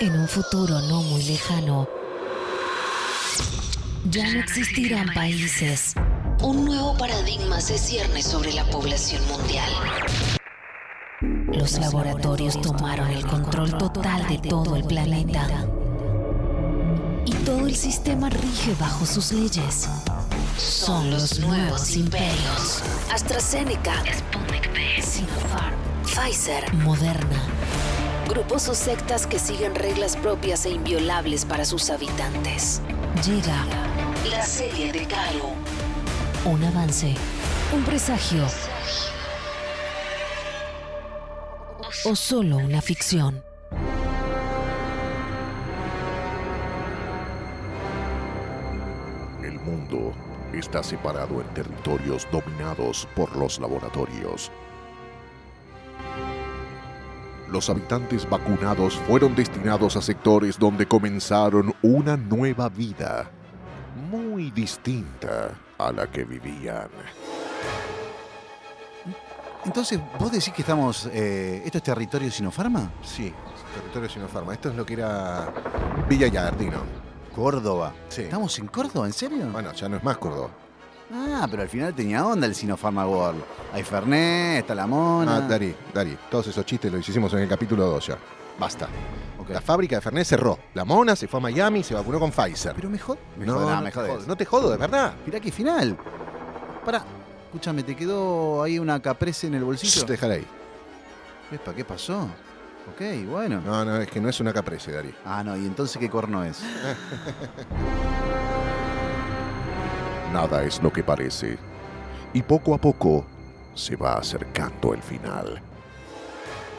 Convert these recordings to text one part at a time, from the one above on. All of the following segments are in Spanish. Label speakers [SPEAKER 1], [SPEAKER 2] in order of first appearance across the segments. [SPEAKER 1] en un futuro no muy lejano, ya no existirán países. Un nuevo paradigma se cierne sobre la población mundial. Los laboratorios tomaron el control total de todo el planeta. Y todo el sistema rige bajo sus leyes. Son los nuevos imperios. AstraZeneca, Sputnik V, Sinopharm, Pfizer, Moderna. Grupos o sectas que siguen reglas propias e inviolables para sus habitantes. Llega la serie de Caro. Un avance, un presagio o solo una ficción.
[SPEAKER 2] El mundo está separado en territorios dominados por los laboratorios. Los habitantes vacunados fueron destinados a sectores donde comenzaron una nueva vida, muy distinta a la que vivían.
[SPEAKER 3] Entonces, ¿vos decís que estamos. eh, ¿Esto es territorio Sinopharma?
[SPEAKER 4] Sí, territorio Sinopharma. Esto es lo que era Villa Yardino.
[SPEAKER 3] Córdoba.
[SPEAKER 4] Sí.
[SPEAKER 3] ¿Estamos en Córdoba? ¿En serio?
[SPEAKER 4] Bueno, ya no es más Córdoba.
[SPEAKER 3] Ah, pero al final tenía onda el Sinopharma World. Hay Fernet, está la mona.
[SPEAKER 4] Ah, Dari, Dari, todos esos chistes los hicimos en el capítulo 2 ya. Basta.
[SPEAKER 3] Ok.
[SPEAKER 4] La fábrica de Fernet cerró. La mona se fue a Miami y se vacunó con Pfizer.
[SPEAKER 3] Pero mejor. Me
[SPEAKER 4] no,
[SPEAKER 3] joderá,
[SPEAKER 4] no,
[SPEAKER 3] me
[SPEAKER 4] te
[SPEAKER 3] jodés.
[SPEAKER 4] jodo, no te jodo, de verdad.
[SPEAKER 3] Mirá qué final. Pará, escúchame, ¿te quedó ahí una caprese en el bolsillo?
[SPEAKER 4] Shh, Déjala ahí.
[SPEAKER 3] Epa, ¿qué pasó? Ok, bueno.
[SPEAKER 4] No, no, es que no es una caprese, Dari.
[SPEAKER 3] Ah, no, ¿y entonces qué corno es?
[SPEAKER 2] Nada es lo que parece. Y poco a poco se va acercando el final.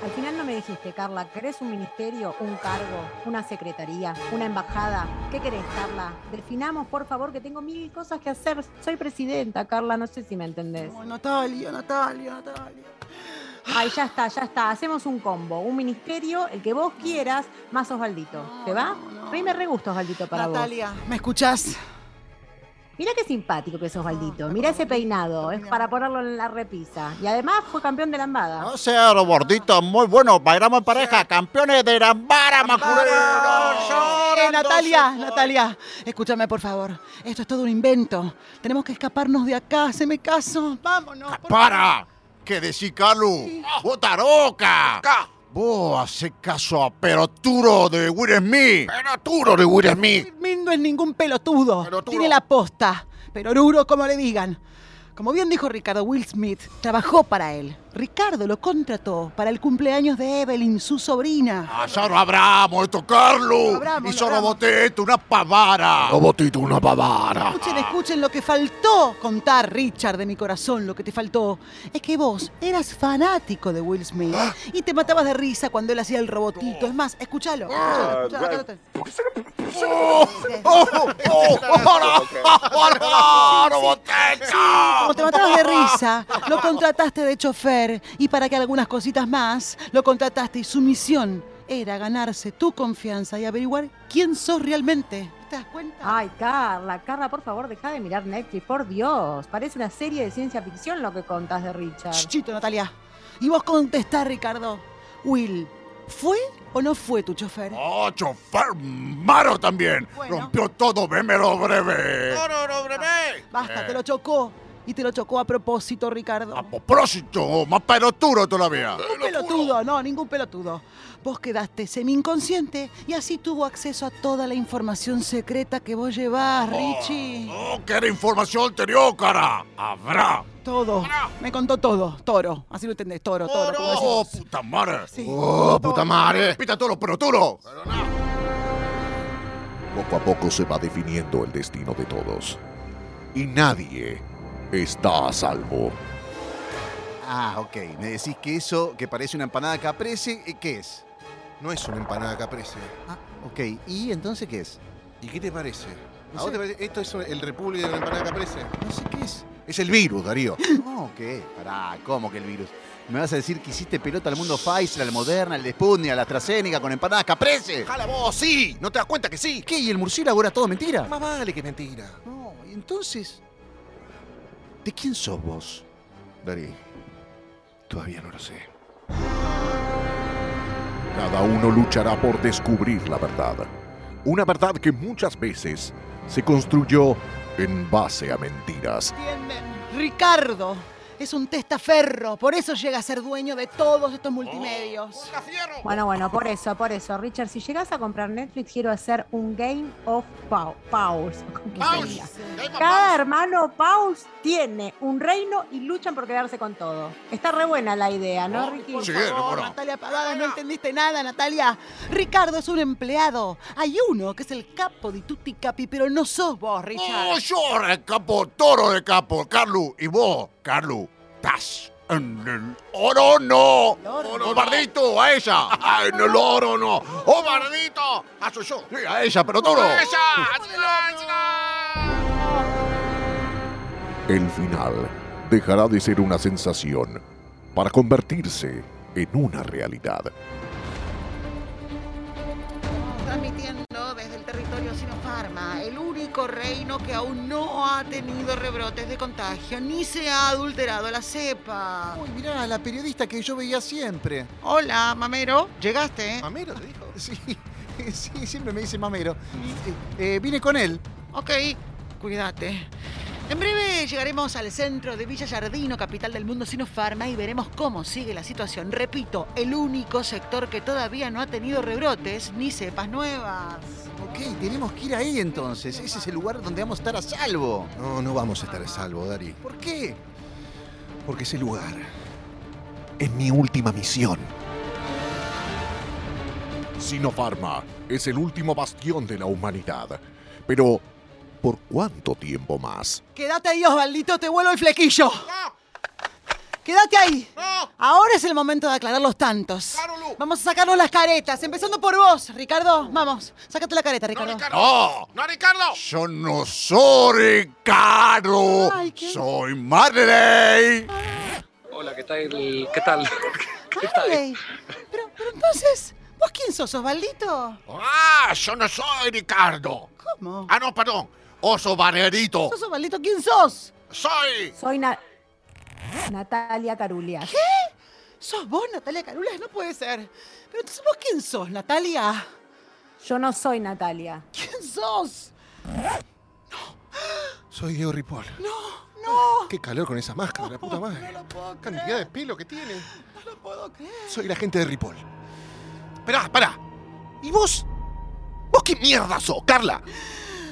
[SPEAKER 5] Al final no me dijiste, Carla, ¿querés un ministerio, un cargo, una secretaría, una embajada? ¿Qué querés, Carla? Definamos, por favor, que tengo mil cosas que hacer. Soy presidenta, Carla, no sé si me entendés.
[SPEAKER 6] Natalia, Natalia, Natalia.
[SPEAKER 5] Ay, ya está, ya está. Hacemos un combo, un ministerio, el que vos quieras, más Osvaldito. ¿Te va?
[SPEAKER 6] No, no,
[SPEAKER 5] A mí me re gusta Osvaldito para vos.
[SPEAKER 6] Natalia, ¿me escuchás?
[SPEAKER 5] Mirá qué simpático que es Osvaldito.
[SPEAKER 6] No,
[SPEAKER 5] Mirá ese
[SPEAKER 6] no,
[SPEAKER 5] peinado. Es
[SPEAKER 6] no,
[SPEAKER 5] para
[SPEAKER 6] no.
[SPEAKER 5] ponerlo en la repisa. Y además fue campeón de lambada.
[SPEAKER 7] sea gordito, muy bueno, bailamos en pareja, campeones de Irambara,
[SPEAKER 6] Eh, Natalia, Natalia, escúchame por favor. Esto es todo un invento. Tenemos que escaparnos de acá, se me caso. Vámonos.
[SPEAKER 7] Ah,
[SPEAKER 6] por
[SPEAKER 7] ¡Para! ¿Qué decís, Carlos? ¡Vos taroca! ¡Vos hace caso a Peroturo de Will Smith! ¡Peroturo de Will Smith!
[SPEAKER 6] Fermín no es ningún pelotudo.
[SPEAKER 7] Pelotudo.
[SPEAKER 6] Tiene la posta. Pero Oruro, como le digan. Como bien dijo Ricardo, Will Smith trabajó para él. Ricardo lo contrató para el cumpleaños de Evelyn, su sobrina.
[SPEAKER 7] ¡Allá no abramos esto, Carlos!
[SPEAKER 6] Lo abramos,
[SPEAKER 7] ¡Y
[SPEAKER 6] lo
[SPEAKER 7] solo
[SPEAKER 6] abramos.
[SPEAKER 7] boté esto, una pavara!
[SPEAKER 2] Robotito una bavara.
[SPEAKER 6] Escuchen, escuchen lo que faltó contar, Richard, de mi corazón. Lo que te faltó es que vos eras fanático de Will Smith y te matabas de risa cuando él hacía el robotito. Es más, escúchalo. escúchalo, escúchalo, acá lo tenés.
[SPEAKER 7] Ah, ¡Oh, oh, oh! ¡Ahora,
[SPEAKER 6] Como te matabas de risa, lo contrataste de chofer y para que algunas cositas más, lo contrataste y su misión era ganarse tu confianza y averiguar quién sos realmente. ¿Te das cuenta?
[SPEAKER 5] Ay, Carla, Carla, por favor, deja de mirar Netflix, por Dios. Parece una serie de ciencia ficción lo que contás de Richard.
[SPEAKER 6] Chito, Natalia. Y vos contestá, Ricardo. Will, ¿fue o no fue tu chofer?
[SPEAKER 2] Ah,
[SPEAKER 7] ¡Oh, chofer malo también!
[SPEAKER 6] Bueno.
[SPEAKER 7] ¡Rompió todo, vémelo breve!
[SPEAKER 6] Basta, te lo chocó. Y te lo chocó a propósito, Ricardo.
[SPEAKER 7] ¡A propósito! ¡Más peloturo todavía!
[SPEAKER 6] Ningún pelotudo, no, ningún pelotudo. Vos quedaste semi-inconsciente y así tuvo acceso a toda la información secreta que vos llevás, Richie.
[SPEAKER 7] ¡Oh, que era información anterior, cara! ¡Habrá!
[SPEAKER 6] Todo. Me contó todo, toro. Así lo entendés, toro, toro. como decís
[SPEAKER 7] ¡Oh,
[SPEAKER 6] vos.
[SPEAKER 7] puta madre!
[SPEAKER 6] Sí.
[SPEAKER 4] ¡Oh, puta madre!
[SPEAKER 7] ¡Pita todos los peloturos!
[SPEAKER 2] Poco a poco se va definiendo el destino de todos. Y nadie está a salvo.
[SPEAKER 3] Ah, ok. Me decís que eso que parece una empanada caprese, eh, ¿qué es?
[SPEAKER 4] No es una empanada caprese.
[SPEAKER 3] Ah, ok. ¿Y entonces qué es?
[SPEAKER 4] ¿Y qué te parece?
[SPEAKER 3] No
[SPEAKER 4] ¿A vos
[SPEAKER 3] sé.
[SPEAKER 4] te parece? ¿Esto es el república de la empanada caprese?
[SPEAKER 3] No sé qué es.
[SPEAKER 4] Es el virus, Darío.
[SPEAKER 3] No, ¿qué? Pará, ¿cómo que el virus? ¿Me vas a decir que hiciste pelota al mundo Pfizer, al Moderna, al de Sputnik, al AstraZeneca con empanadas caprese?
[SPEAKER 4] ¡Jala vos! ¡Sí! ¿No te das cuenta que sí?
[SPEAKER 3] ¿Qué? ¿Y el murciélago era todo mentira?
[SPEAKER 4] Más vale que mentira.
[SPEAKER 3] No, y entonces. ¿De quién sos vos?
[SPEAKER 4] Darío, todavía no lo sé.
[SPEAKER 2] Cada uno luchará por descubrir la verdad. Una verdad que muchas veces se construyó en base a mentiras.
[SPEAKER 6] Bien, me- Ricardo es un testaferro, por eso llega a ser dueño de todos estos multimedios.
[SPEAKER 5] Bueno, bueno, por eso, por eso. Richard, si llegas a comprar Netflix, quiero hacer un Game of Pau- Paus. ¿Cómo sería? Cada hermano Paus tiene un reino y luchan por quedarse con todo. Está re buena la idea, ¿no, Ricky?
[SPEAKER 7] Oh, Sí,
[SPEAKER 6] Por favor,
[SPEAKER 7] bueno.
[SPEAKER 6] Natalia Pavadas, no entendiste nada, Natalia. Ricardo es un empleado. Hay uno que es el capo de Tutti Capi, pero no sos vos, Richard.
[SPEAKER 7] Oh, yo era el capo, toro de capo, Carlos. Y vos, Carlos, estás en el oro no. Oro, Bardito, a ella. Ah, en el oro no. Oh, Bardito, a su yo. Sí, a ella, pero toro.
[SPEAKER 8] ¡Ella! ¡Hazla, hazla!
[SPEAKER 2] El final dejará de ser una sensación para convertirse en una realidad.
[SPEAKER 6] Transmitiendo desde el territorio Sinopharma, el único reino que aún no ha tenido rebrotes de contagio ni se ha adulterado la cepa.
[SPEAKER 3] Uy, mirá, la periodista que yo veía siempre.
[SPEAKER 6] Hola, mamero, llegaste.
[SPEAKER 3] ¿Mamero te dijo? Sí, sí, siempre me dice mamero. Eh, eh, vine con él.
[SPEAKER 6] Ok, cuídate. En breve llegaremos al centro de Villa Jardino, capital del mundo Sinopharma, y veremos cómo sigue la situación. Repito, el único sector que todavía no ha tenido rebrotes ni cepas nuevas.
[SPEAKER 3] Ok, tenemos que ir ahí entonces. Ese es el lugar donde vamos a estar a salvo.
[SPEAKER 4] No, no vamos a estar a salvo, Dari.
[SPEAKER 3] ¿Por qué?
[SPEAKER 4] Porque ese lugar es mi última misión.
[SPEAKER 2] Sinopharma es el último bastión de la humanidad. Pero, ¿por cuánto tiempo más?
[SPEAKER 6] Quédate ahí, Osvaldito, te vuelo el flequillo. Quédate ahí. Ahora es el momento de aclarar los tantos. Vamos a sacarnos las caretas, empezando por vos, Ricardo. Vamos, sácate la careta,
[SPEAKER 8] ¡No,
[SPEAKER 6] Ricardo.
[SPEAKER 8] Ricardo!
[SPEAKER 7] No.
[SPEAKER 8] ¡No, Ricardo!
[SPEAKER 7] Yo no soy Carlos.
[SPEAKER 6] Ay, qué-
[SPEAKER 7] Soy Marley.
[SPEAKER 9] Hola, ¿qué tal? ¿Qué tal? ¿Qué tal?
[SPEAKER 6] Marley. Pero, pero entonces, ¿vos quién sos, Osvaldito?
[SPEAKER 7] Ah, yo no soy Ricardo.
[SPEAKER 6] ¿Cómo?
[SPEAKER 7] Ah, no, perdón. Oso Barrerito.
[SPEAKER 6] ¿Sos Osvaldito? ¿Quién sos?
[SPEAKER 7] Soy.
[SPEAKER 5] Soy Na- Natalia Carulias.
[SPEAKER 6] ¿Sos vos, Natalia Carulas? No puede ser. Pero entonces, ¿vos quién sos, Natalia?
[SPEAKER 5] Yo no soy Natalia.
[SPEAKER 6] ¿Quién sos?
[SPEAKER 4] Soy Diego Ripoll.
[SPEAKER 6] No, no.
[SPEAKER 4] Qué calor con esa máscara, la puta madre.
[SPEAKER 6] No lo puedo
[SPEAKER 4] Cantidad de
[SPEAKER 6] creer.
[SPEAKER 4] pelo que tiene.
[SPEAKER 6] No lo puedo creer.
[SPEAKER 4] Soy la gente de Ripoll.
[SPEAKER 7] Esperá, esperá. ¿Y vos? ¿Vos qué mierda sos, Carla?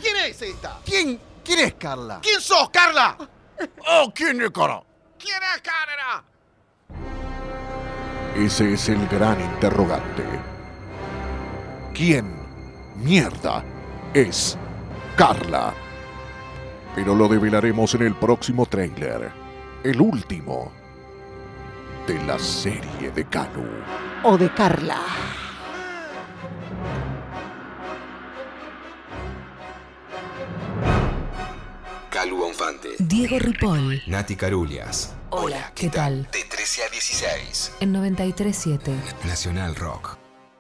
[SPEAKER 3] ¿Quién es esta? ¿Quién, quién es Carla?
[SPEAKER 7] ¿Quién sos, Carla? Oh, ¿quién es Carla?
[SPEAKER 8] ¿Quién es Carrera?
[SPEAKER 2] Ese es el gran interrogante. ¿Quién mierda es Carla? Pero lo develaremos en el próximo tráiler, el último de la serie de Calu.
[SPEAKER 6] O de Carla.
[SPEAKER 10] Calu Bonfante.
[SPEAKER 1] Diego Ripoll.
[SPEAKER 11] Nati Carulias.
[SPEAKER 1] Hola, ¿qué tal?
[SPEAKER 11] De 13 a 16.
[SPEAKER 1] En 937.
[SPEAKER 11] Nacional Rock.